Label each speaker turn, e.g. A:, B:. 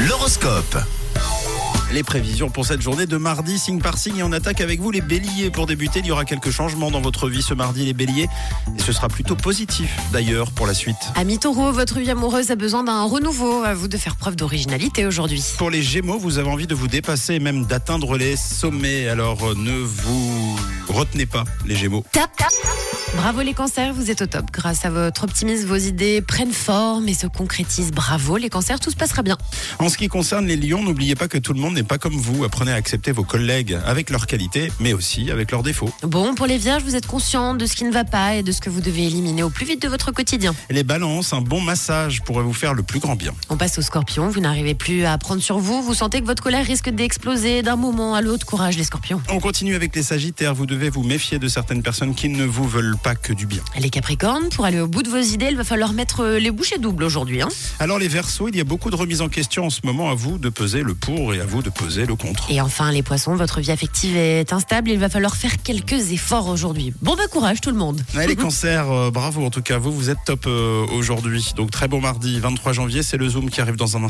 A: L'horoscope. Les prévisions pour cette journée de mardi, signe par signe, et on attaque avec vous les béliers. Pour débuter, il y aura quelques changements dans votre vie ce mardi, les béliers. Et ce sera plutôt positif, d'ailleurs, pour la suite.
B: Ami taureau, votre vie amoureuse a besoin d'un renouveau. À vous de faire preuve d'originalité aujourd'hui.
A: Pour les gémeaux, vous avez envie de vous dépasser et même d'atteindre les sommets. Alors euh, ne vous retenez pas, les gémeaux.
B: Tap, tap. Bravo les cancers, vous êtes au top. Grâce à votre optimisme, vos idées prennent forme et se concrétisent. Bravo les cancers, tout se passera bien.
A: En ce qui concerne les lions, n'oubliez pas que tout le monde n'est pas comme vous. Apprenez à accepter vos collègues avec leurs qualités, mais aussi avec leurs défauts.
B: Bon, pour les vierges, vous êtes conscient de ce qui ne va pas et de ce que vous devez éliminer au plus vite de votre quotidien.
A: Les balances, un bon massage pourrait vous faire le plus grand bien.
B: On passe aux scorpions, vous n'arrivez plus à prendre sur vous, vous sentez que votre colère risque d'exploser d'un moment à l'autre. Courage les scorpions.
A: On continue avec les Sagittaires. Vous devez vous méfier de certaines personnes qui ne vous veulent pas que du bien.
B: Les capricornes, pour aller au bout de vos idées, il va falloir mettre les bouchées doubles aujourd'hui. hein.
A: Alors les Verseaux, il y a beaucoup de remises en question en ce moment. À vous de peser le pour et à vous de peser le contre.
B: Et enfin les poissons, votre vie affective est instable, il va falloir faire quelques efforts aujourd'hui. Bon bah courage tout le monde.
A: Ouais, les cancers, euh, bravo en tout cas, vous, vous êtes top euh, aujourd'hui. Donc très bon mardi, 23 janvier, c'est le Zoom qui arrive dans un instant.